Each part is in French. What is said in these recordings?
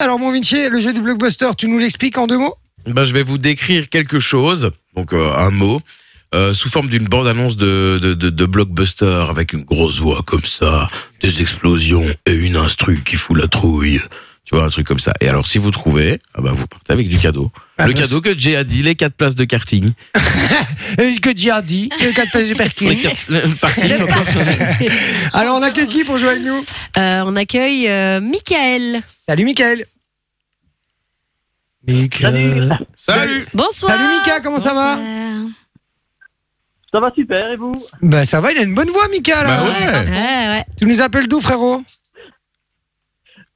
Alors mon Vinci, le jeu du blockbuster, tu nous l'expliques en deux mots Ben, je vais vous décrire quelque chose, donc euh, un mot, euh, sous forme d'une bande-annonce de, de, de, de blockbuster avec une grosse voix comme ça, des explosions et une instru qui fout la trouille. Tu vois, un truc comme ça. Et alors, si vous trouvez, ah ben, vous partez avec du cadeau. Ah, le bah, cadeau que Jay a dit, les quatre places de Et karting. ce Euh, que Jay a dit, le code de Les Perkins. quatre- le parking. Alors on accueille qui pour jouer avec nous Euh, on accueille euh, Michael. Salut Mickaël Mickaël. Salut Bonsoir. Salut Mika, comment ça va Ça va super, et vous Bah ça va, il a une bonne voix Mika là. Bah ouais. Ouais, ouais. Tu nous appelles d'où frérot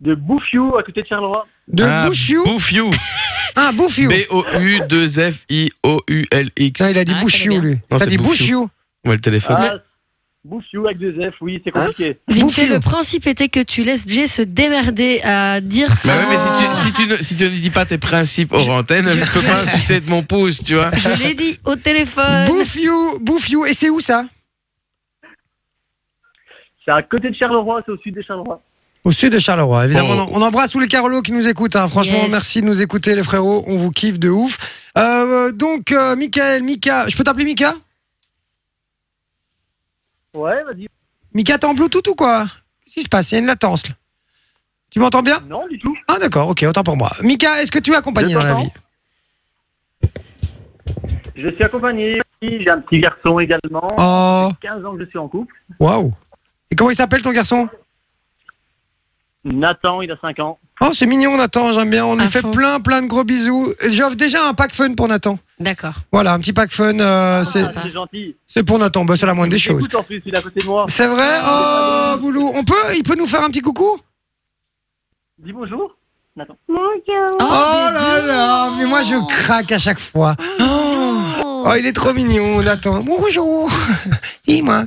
De Bouffiou, à côté de Charleroi. De Ah, Bouchiou Bouffiou. Ah Bouffiou. B-O-U-2-F-I-O-U-L-X. Non, il a dit Ah, Bouchiou très bien. lui. Non, T'as c'est dit Bouchiou. Bouchiou. Ouais, le téléphone. Ah, Bouffiou avec deux F, oui, c'est compliqué. Hein Vinci, Bonjour. le principe était que tu laisses Jay se démerder à dire son... Bah ouais, mais si tu, si, tu ne, si tu ne dis pas tes principes hors antenne, je peux pas sucer de mon pouce, tu vois. Je l'ai dit au téléphone. Bouffiou, Bouffiou. Et c'est où ça C'est à côté de Charleroi, c'est au sud de Charleroi. Au sud de Charleroi, évidemment. Bon. On on embrasse tous les Carolos qui nous écoutent. hein. Franchement, Yes. merci de nous écouter, les frérots. On vous kiffe de ouf. Euh, donc, euh, Michael, Mika, je peux t'appeler Mika Ouais, vas-y. Mika, t'es en Bluetooth ou quoi Qu'est-ce qui se passe Il y a une latence. là. Tu m'entends bien Non, du tout. Ah, d'accord, ok, autant pour moi. Mika, est-ce que tu es accompagné Je dans la t'entends. vie Je suis accompagné, oui, j'ai un petit garçon également. Oh, 15 ans que je suis en couple. waouh. Et comment il s'appelle ton garçon Nathan, il a 5 ans. Oh, c'est mignon, Nathan, j'aime bien. On lui À fait fond. plein, plein de gros bisous. J'offre déjà un pack fun pour Nathan. D'accord. Voilà, un petit pack fun, euh, c'est- Ah, c'est gentil. c'est pour Nathan, bah, c'est la moindre des choses. Écoute, Ah, en plus, il est à côté de moi. C'est vrai Oh, Boulou, on peut Il peut nous faire un petit coucou Dis bonjour. Nathan. Oh, Oh mais là non. là Mais moi, je craque à chaque fois. Oh, oh, il est trop mignon, Nathan. Bonjour Dis-moi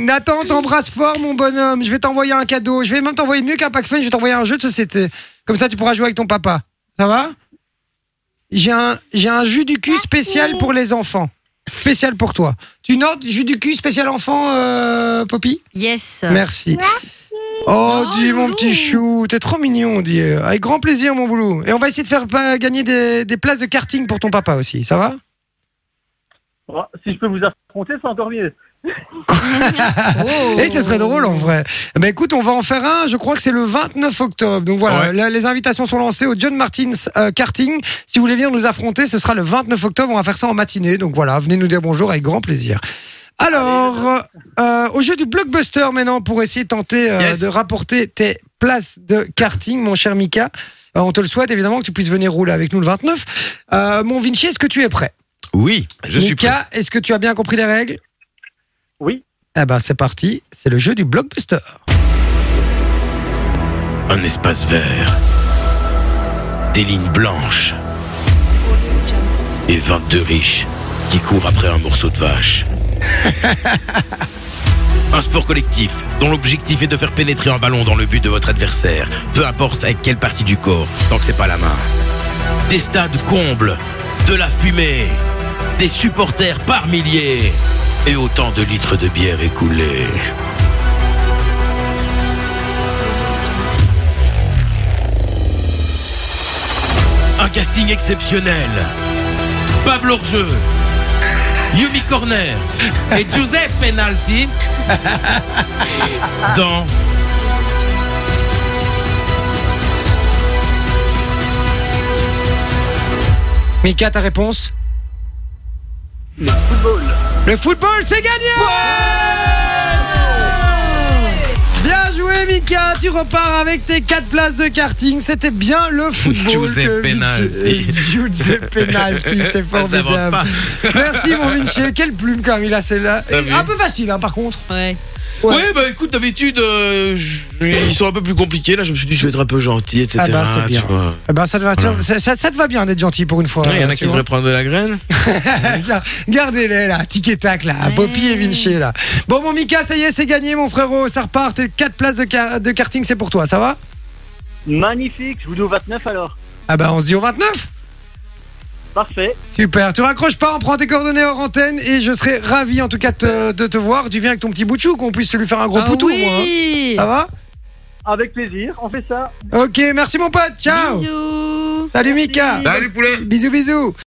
Nathan, on t'embrasse fort, mon bonhomme. Je vais t'envoyer un cadeau. Je vais même t'envoyer mieux qu'un pack fun. Je vais t'envoyer un jeu de société. Comme ça, tu pourras jouer avec ton papa. Ça va J'ai un, j'ai un jus du cul spécial pour les enfants. Spécial pour toi. Tu notes jus du cul spécial enfant, euh, Poppy Yes. Merci. Oh, Oh, dis mon loulou. petit chou, t'es trop mignon, dis. Avec grand plaisir, mon boulot. Et on va essayer de faire euh, gagner des, des places de karting pour ton papa aussi, ça va Oh, si je peux vous affronter, c'est encore mieux. Oh. Et eh, ce serait drôle en vrai. Bah écoute, on va en faire un, je crois que c'est le 29 octobre. Donc voilà, Ouais. la- les invitations sont lancées au John Martins euh, Karting. Si vous voulez venir nous affronter, ce sera le 29 octobre, on va faire ça en matinée. Donc voilà, venez nous dire bonjour avec grand plaisir. Alors, euh, euh, au jeu du blockbuster maintenant, pour essayer de tenter euh, Yes. de rapporter tes places de karting, mon cher Mika. Euh, on te le souhaite évidemment que tu puisses venir rouler avec nous le 29. Euh, mon Vinci, est-ce que tu es prêt Oui, je suis prêt. Mika, est-ce que tu as bien compris les règles Oui. Eh ben c'est parti, c'est le jeu du blockbuster. Un espace vert. Des lignes blanches. Et 22 riches qui courent après un morceau de vache. un sport collectif dont l'objectif est de faire pénétrer un ballon dans le but de votre adversaire, peu importe avec quelle partie du corps, tant que c'est pas la main. Des stades combles, de la fumée, des supporters par milliers et autant de litres de bière écoulés. Un casting exceptionnel. Pablo Orgeux, Yumi Corner et Giuseppe Penalti dans Mika, ta réponse Le football. Le football, c'est gagné Bien joué, Mika Tu repars avec tes 4 places de karting. C'était bien le football. Giuseppe que Vinci- Penalti. euh, Giuseppe Penalti, c'est Ça ne s'invente formidable. pas. Merci, mon Vinci. Quelle plume, quand même, il a celle-là. T'as Et vu Un peu facile, hein, par contre. Ouais. Ouais. Ouais, bah écoute, d'habitude, euh, je- ils sont un peu plus compliqués. Là, je me suis dit, je vais être un peu gentil, etc. Ah bah, c'est tu bien. vois. Eh ben, ça, te va, Voilà. ça, ça- ça te va bien d'être gentil pour une fois. Ouais, Il y en euh, a tu qui vois. devraient prendre de la graine. Gardez-les là, tic et tac là, Ouais. Poppy et Vinci là. Bon, mon Mika, ça y est, c'est gagné, mon frérot. Ça repart. Tes 4 places de, ka- de karting, c'est pour toi, ça va Magnifique, je vous dis au 29 alors. Ah bah, on se dit au 29 Parfait. Super, tu raccroches pas, on prend tes coordonnées hors antenne et je serai ravi en tout cas de te- de te voir. Tu viens avec ton petit bout de chou, qu'on puisse lui faire un gros Ah poutou, oui. moi. hein. Ça va Avec plaisir, on fait ça. Ok, merci mon pote, ciao Bisous. Salut Mika Salut poulet Bisous bisous